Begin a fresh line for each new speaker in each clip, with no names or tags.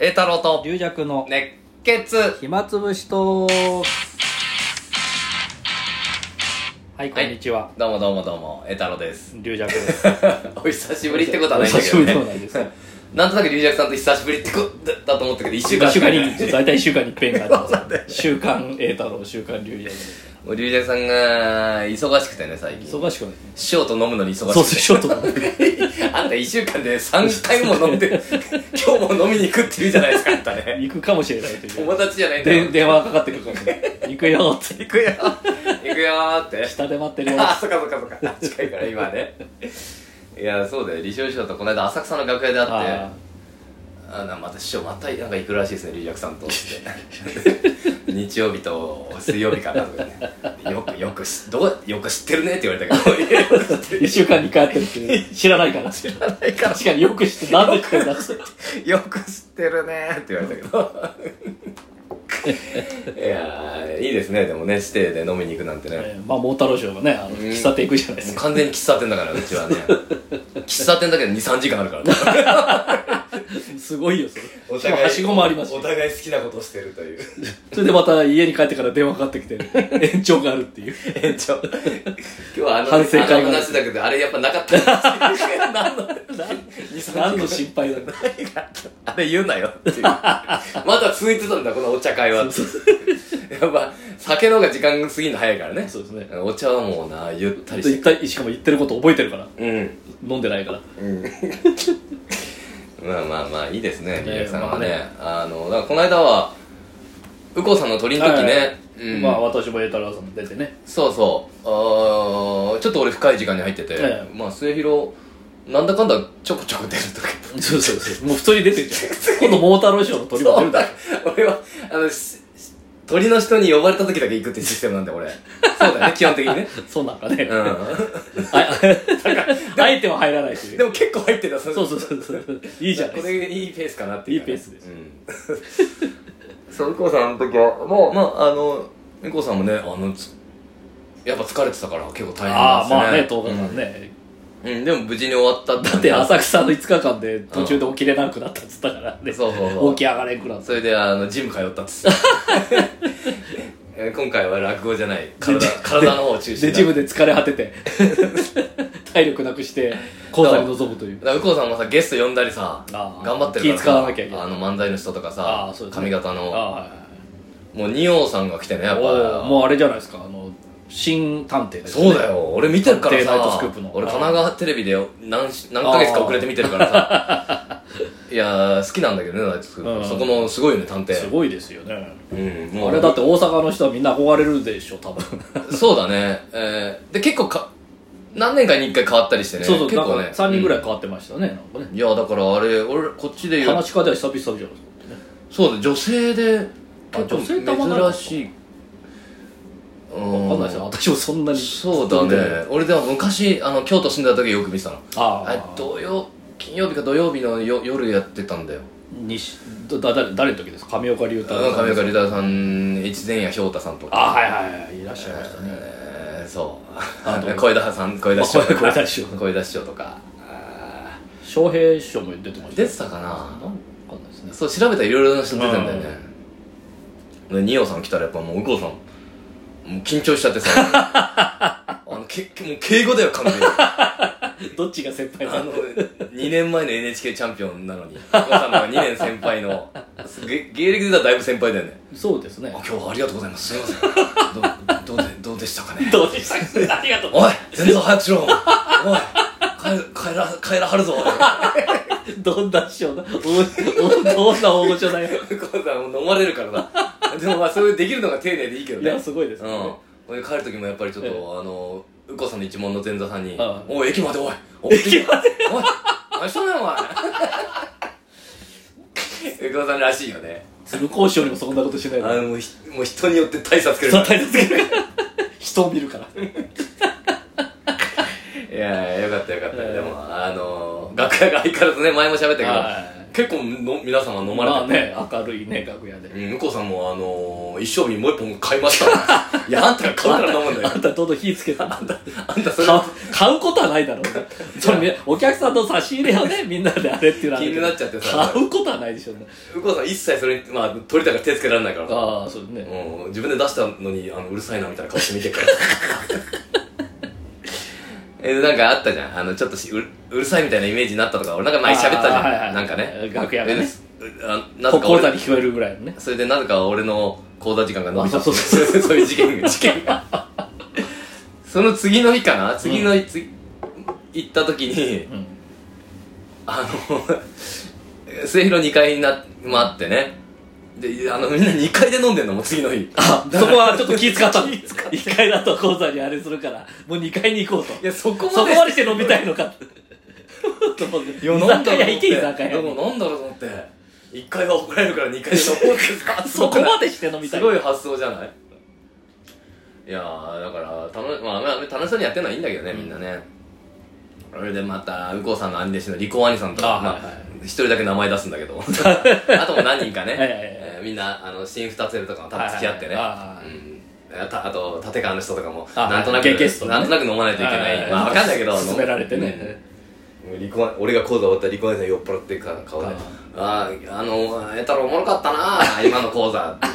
栄太郎と
龍尺の
熱血
暇つぶしとはいこんにちは
どうもどうもどうも栄太郎です
龍尺です
お久しぶりってことはないんだけど
お久しぶりでは
ね
ないです
なんとなく龍尺さんと久しぶりってことだと思ったけど1週間
一週
しか
間
ない
に大体一週間に一遍があって週刊栄太郎週刊龍尺
もう龍尺さんが忙しくてね最近
忙しくない
ショート飲むのに忙
そうそう
しくて
ショートだね
あんた1週間で3回も飲ん で今日も飲みに行くって言うじゃないですかあんた ね
行くかもしれないという
友達じゃないんだ
で
よ
電話がかかってくるからね行くよって
行くよ行くよーって
下で待ってるよ
あそっかそっかそっか近いから今ねいやそうだよ李承師匠とこの間浅草の楽屋で会って
あ
あなまた師匠またなんか行くらしいですね龍尺さんとって日曜日と水曜日かなとかねよくよくしどうよく知ってるねって言われたけどよく知って
ー一週間に回ってるっていう知らないから確
るないから
かによく知ってなんで来てんだっ て
よく知ってるねって言われたけどいやーいいですねでもね指定で飲みに行くなんてね、
えーまあ桃太郎賞がねあの喫茶店行くじゃないです
もう
か
完全に喫茶店だからうちはね喫茶店だけで23時間あるからね
すごいよそれしかもはしごもありますし
お互い好きなことしてるという
それでまた家に帰ってから電話かかってきて延長があるっ ていう
延長今日はあの
反省会が
あの話だけどあれやっぱなかった何の
何の心配だ
あれ言うなよっていう まだ続いてたんだこのお茶会はやっぱ酒の方が時間過ぎるの早いからね
そうですね
お茶はもうなゆったり
言
し
ってたしかも言ってること覚えてるから
うん
飲んでないから
まあまあまあいいですね
ね
リリアさんはね,、
まあね
あ、のだからこの間は右近さんの鳥の時ね、うん
まあ私も栄太郎さんも出てね
そうそうあーちょっと俺深い時間に入ってて、
ええ
まあ末広なんだかんだちょこちょこ出るとか
そうそうそうもう普通に出てるじゃん今度桃太郎賞の鳥 も出るだろ
俺はあのしし鳥の人に呼ばれた時だけ行くってシステムなんだよ俺そう だよね基本的にね
そうなんかね、
う
あ
ん
ああえては入らないという
でも結構入ってたそ
そうそうそうそういいじゃないで
こ
すか
れいいペースかなっていうかね
いいペースです
うんそう右近さんの時はもうまああの右近さんもねあのつやっぱ疲れてたから結構大変
あ
なん
あ
ですね
まあね10日間ね、
うん、うんでも無事に終わったんだ
だって浅草の5日間で途中で起きれなくなったっつったからね、
そうそうそう
起き上がれんくなった
それであのジム通ったっつって えー今回は落語じゃない体体の方を中心
で
に
ジムで疲れ果てて 体力なくして講座に臨むという
だから右近さんもさゲスト呼んだりさ
あー
頑張ってるからさ
気使わなきゃいけない
あの漫才の人とか
あ
さ
ーそうですね
髪型の
あ
もう二王さんが来てねや
あ
っぱ
もうあれじゃないですかあの新探偵ですね
そうだよ俺見てるから
デイナイトス
さ
クープの
俺神奈川テレビで何し何ヶ月か遅れて見てるからさ いやー好きなんだけどねナイトスクープ
うん
そこのすごいよね探偵
すごいですよね
うんもう
あれだって大阪の人はみんな憧れるでしょ多分
そうだね、えーで結構か何年かに一回変わったりしてね
そうそう
結
なんか
構ね
3人ぐら
い、
い変わってましたねなんかね
うんいやだからあれ俺こっちで言う
話し方は久々じゃないですか
そうだ女性で
あ
結構
女性たまんないのか
珍しい
分
分
かんないですよ私もそんなに
そうだね俺でも昔あの京都住んでた時よく見てたの
あ
あれ
あ
土曜金曜日か土曜日のよ夜やってたんだよ
西だだ誰の時ですか上岡龍太郎さん
亀岡龍太さん越前谷氷太さんとか
ああはいはいはいいらっしゃいましたね
えーそう
あと
小枝さん小枝師匠とか
小枝師匠
小枝師匠とかあ
翔平師匠も出てま
ー
した
出
ね
てたか
なん
な
かんないですね
そう調べたらいろいろな人出てたんだよねで二葉さん来たらやっぱもう右近さんもう緊張しちゃって さあのけもう敬語だよ完全に
どっちが先輩
あ
なの
の、2年前の NHK チャンピオンなのに、お母さんの2年先輩の、げ芸歴で言ったらだいぶ先輩だよね。
そうですね
あ、今日はありがとうございます。すいません。ど、どうで、どうでしたかね。
どうでしたかありがとう
おい全然早くしろおい帰、帰ら、帰らはる ぞ
どんな師匠だおおどんな大御所だよ
おい母さんもう飲まれるからな。でもまあ、それできるのが丁寧でいいけど
い
ね。
やすごいですね、
うん。俺帰る時もやっぱりちょっと、
え
あ
え
の、うこさんの一門の前座さんに
ああ、
おい、駅までおい おい駅までおい何しとんねん お前うこさんらしいよね。
鶴光師匠にもそんなことしない
あ
で
のもうひもう人によって大差つける
そう大切だから人を見るから
いやいやよかったよかった、
えー
でもあのー楽屋が相変わらずね前も喋ったけど
はい
結構の皆さんが飲まれ
ま
て
あ
て、
ね明るいね楽屋で
うん向こうさんもあのー一生瓶もう一本買いま した。いや、あんたが買うから飲むんだよ
あ。んたどんどん火つけたんだ
あんたそれ
買う買うことはないだろうねそれみお客さんの差し入れをねみんなであれっていうのはあるけど
気になっちゃってさ
買うことはないでしょうね
向こうさん一切それに、まあ、取りたから手つけられないから。
ああそうね、
うん、自分で出したのに、あの、うるさいなみたいな顔して見てるから。 えー、なんかあったじゃん。あの、ちょっとしうるうるさいみたいなイメージになったとか、俺なんか前喋ったじゃん。
あーはいはい
なんかね。
楽屋がね
えーあなぜ
こ
か
講座
俺、
に聞こえるぐらいのね
それでなぜか俺の講座時間が伸びちゃった。
あそうそ う
そういう事件が、事件が。その次の日かな次の日、つ行った時に、
うん
あの、 末広2階にな、まあ、ってね。で、あの、みんな2階で飲んでんの、もう次の日。
あ
だ
そ
から
こはちょっと気使ったの1階だと講座にあれするからもう2階に行こうと
いや、そこ
そ
ま
こ
で。
までして飲みたいのかと思 って
い
居
や、飲んだろうと
酒
思っ
屋
て。
行け居酒
で
屋
も飲んだろうと思って。1階は怒られるから2階で飲もうって
そこまでして飲みた
す
い
ごい発想じゃないいやー、だから、楽し、まあ、まあ楽しそうにやってるのはいいんだけどね、みんなね。それでまた、右近さんの兄弟子のリコ兄さんとか、
あ
ま
はいは
あ
い、
一人だけ名前出すんだけ ど。あとも何人かね、
はいはいはい
えーみんな、あの、新二つとかも多分付き合ってね。
はいはいはいあー
うんあたあと、立川の人とかも、
あ
なんとなく、
ゲゲストね
なんとなく飲まないといけない。まあ、わかんないけど、
勧められてね、
離婚俺が講座終わったら離婚さん酔っ払ってか顔で
あ
「あああのえ太郎おもろかったな 今の講座」って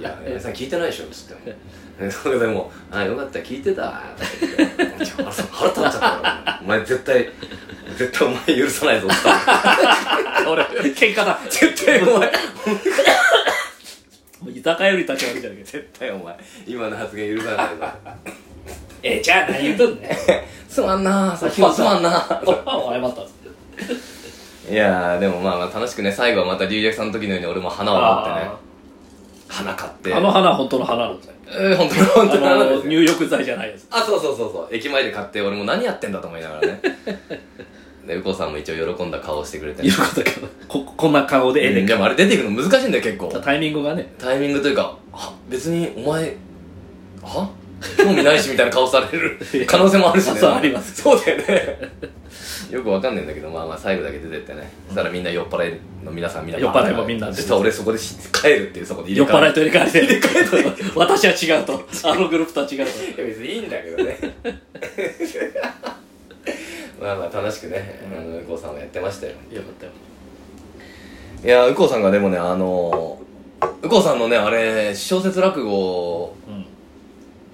言って「いや江さん聞いてないでしょ」っつってえそれでも「あよかった聞いてた」 って言って腹立っ腹立っちゃったからお前絶対絶対お前許さないぞ」っつった ら
俺喧嘩だ
絶対お前
もう居酒屋より立ち悪いじゃなくて
絶対お前今の発言許さないぞ
えじゃあ何言うとんねん
すまんなさっ きのすまんな
おっぱを謝ったんです
いやーでもまあまあ楽しくね最後はまた龍尺さんの時のように俺も花を持ってね
あ
花買って
ーあの花は本当の花なんですよ
えー、本当に本当に花
あ
で
の
すよ
入浴剤じゃないです
あそうそうそうそう駅前で買って俺も何やってんだと思いながら ねで右近さんも一応喜んだ顔をしてくれて、
いることかここんな顔で絵
うん
で
でもあれ出ていくの難しいんだよ結構
タイミングがね
タイミングというかあ別にお前は興味ないしみたいな顔される
いや
可能性もあるしね
そうあります
そうだよねよくわかんないんだけどまあまあ最後だけ出てってねそしたらみんな酔っ払いの皆さんみんな
酔っ払いもみんな
で
で
そしたら俺そこで帰るっていうそこで入
酔っ
れ替わ
払
る
いと入れ替えて 私は違うとあのグループとは違うと
いや別にいいんだけど ねまあまあ楽しくね、あの、うこうさんはやってましたよ
よかったよ
いやうこうさんがでもねあのうこうさんのねあれ小説落語
うん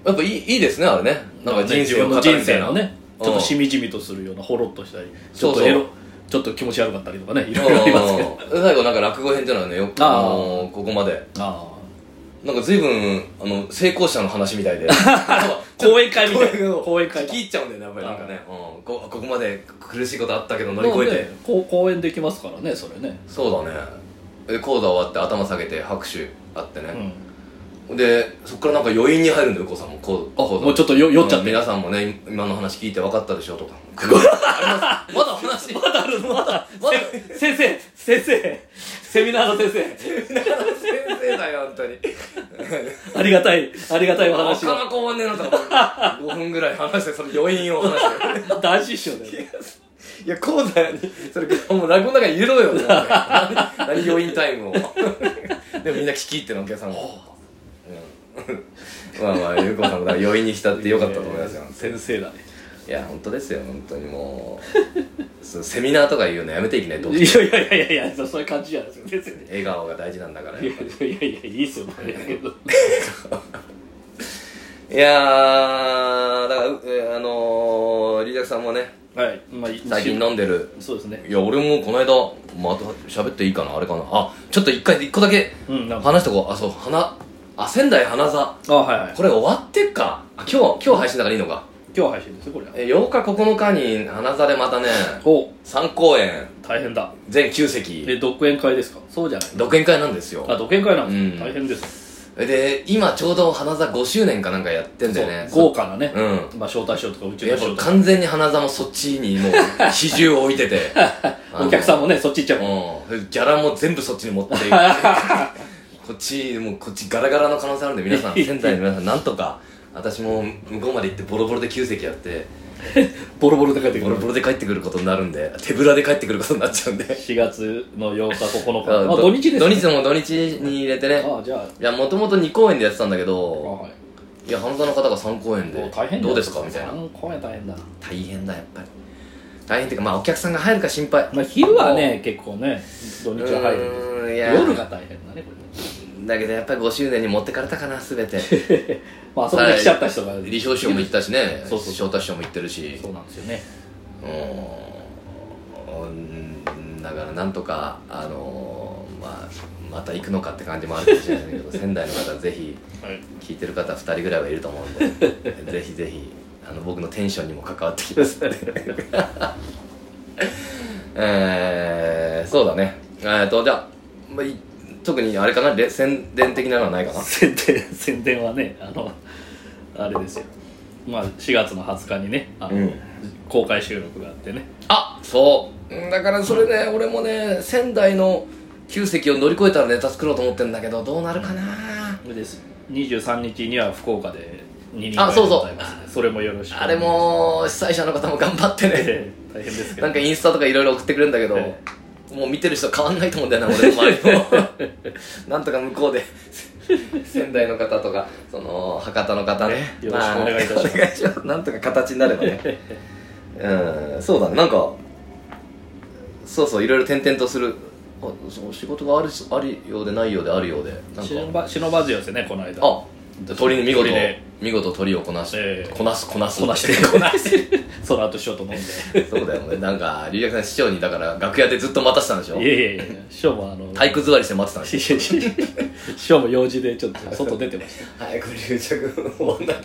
やっぱいいいいですねあれねなんか人生を語るみたいな
人生のね
うん
ちょっとしみじみとするようなほろっとしたりち
そ
ょ
う
っ
そう
とエロちょっと気持ち悪かったりとかねいろいろありますけど
うん最後なんか落語編っていうのはねよく
あー
あのここまで
あ
なんか随分あの成功者の話みたい で
あ講演会みたいな
講
講
演
演
会
会
聞き入っちゃうんだよねやっぱりなんかね、うん、こここまで苦しいことあったけど乗り越えて、
こう講演できますからねそれね
そうだねえ講座終わって頭下げて拍手あって
う
ね、
ん
でそっからなんか余韻に入るんだよこうさんもこう
あ
講座
もうちょっとよ酔っちゃっ
うん
て
皆さんもね今の話聞いて分かったでしょと かありますまだ話
まだあるまだせ 先生先生セミナーの先生
先生だよ本当に
ありがたいありがたいお
な
話を
かなか終わんねえなと思って5 分ぐらい話してその余韻を話して
男子師匠だよね
いや、講座に、それ、もう落語の中に入れろよ、もう何、何余韻タイムを。でもみんな聞き入ってるお客 さん も。うん。まあまあ、ゆうこさんもだから余韻に浸ってよかったと思いますよ。
先生だね
いや、本当ですよ、本当にもう。 そうセミナーとか言うのやめていきないと。
いやいやいやいやいやそそういう感じじゃないですか先生
笑顔が大事なんだから。
い
や
や
っぱり
いやいやいいっすよ、だけど
いやー、だからう、えーあのー、リーダクさんもね、
はい、まあ、一
最近飲んでる。
そうですね
いや、俺もこの間、また喋っていいかな、あれかな。あ、ちょっと一回、一個だけ。
うんなんか
話してこうあそう花あ仙台花座
あはいはい
これ終わってっかあ今日今日配信だからいいのか
今日配信ですよこれ
え8日9日に花座でまたね
お
3公演
大変だ
全9席
え独演会ですかそうじゃない
独演会なんですよ
あ独演会なんです、
うん
大変です
で今ちょうど花座5周年かなんかやってんだよね
そう豪華なね、
うん
まあ、招待賞とかうち
や
の
っぱ
賞とか
完全に花座もそっちに もう比重を置いてて
お客さん
も
もねそっち行っちゃうもん
うんギャラも全部そっちに持 っていくこっちもうこっちガラガラの可能性あるんで皆さん仙台の皆さんなんとか私も向こうまで行ってボロボロで9席やって
ボロボロで帰ってく
ボ
る
ロボロで帰ってくることになるんで手ぶらで帰ってくることになっちゃうんで
4月の8日9日
あ
あ
ど
土日です、ね、
土日も土日に入れてね
あじゃあ
いやもともと2公演でやってたんだけ
あ
ど
はい
いや半沢の方が3公演で
もう大変だ
どうですかみたいな
3公演大変だな
大変だやっぱり大変っていうかまあお客さんが入るか心配
まあ昼はね結構ね土日は入るんです
うーんいや
夜が大変だねこ
だけどやっぱり5周年に持ってかれたかな全て
れねまあ そこに来ちゃった人が
李承師匠も行ったしね
そうそう
翔太師匠も行ってるし
そうなんですよね
うんだからなんとかあのーまあまた行くのかって感じもあるかもしれないけど 仙台の方ぜひ
はい
聞いてる方2人ぐらいはいると思うんで ぜひぜひあの僕のテンションにも関わってきますの でえー、そうだねえー、とじゃあ、まあ、い特にあれかなれ宣伝的なのはないかな
宣伝 宣伝はねあのあれですよまあ4月の20日にねあの、
うん
公開収録があってね
あそううんだからそれね俺もね仙台の旧石を乗り越えたらネタ作ろうと思ってんだけどどうなるかな
それです23日には福岡で2人
あそうそう
ございますねそれもよろしく
あれも主催者の方も頑張ってね
ええ大変ですけど
なんかインスタとかいろいろ送ってくれるんだけど
え
もう見てる人変わんないと思うんだよな俺の周 りもなんとか向こうで仙台の方とかその博多の方ね
えよろしくお願いいたします
あお願いしますなんとか形になればねうんそうだねなんかそうそういろいろ転々とするあそう仕事があるありようでないようであるようでなん
忍
か
ば忍ばず寄せねこの間
あ鳥に見事
鳥で
見事鳥をこなし、
ええ
こなすこなす
こなして こなしてその後師匠と飲んでい
そうだよねなんか龍薬さん市長にだから楽屋でずっと待たせたんでしょ
やいやいや師匠もあの
体育座りして待ってた んでしょ
師匠師匠も用事でちょっと 外出てました
早く龍着もうなんか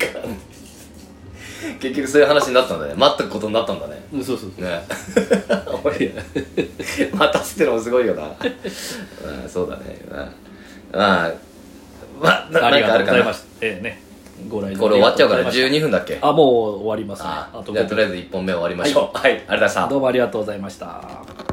結局そういう話になったんだね待ったことになったんだね
うん そうそうそう
ね
いや
待たせてるのもすごいよな、うん、そうだねまあまあ、ま
あ
なん
り
か
が
ある
とうご
か
ざい
な
ましたええねご来場
これ終わっちゃうか
あ
ら
りがとございまし
12分だっけ
たあもう終わりますね
あ
あと
じゃあとりあえ
5
ず1本目終わりましょうはい、ありがとうございました
どうもありがとうございました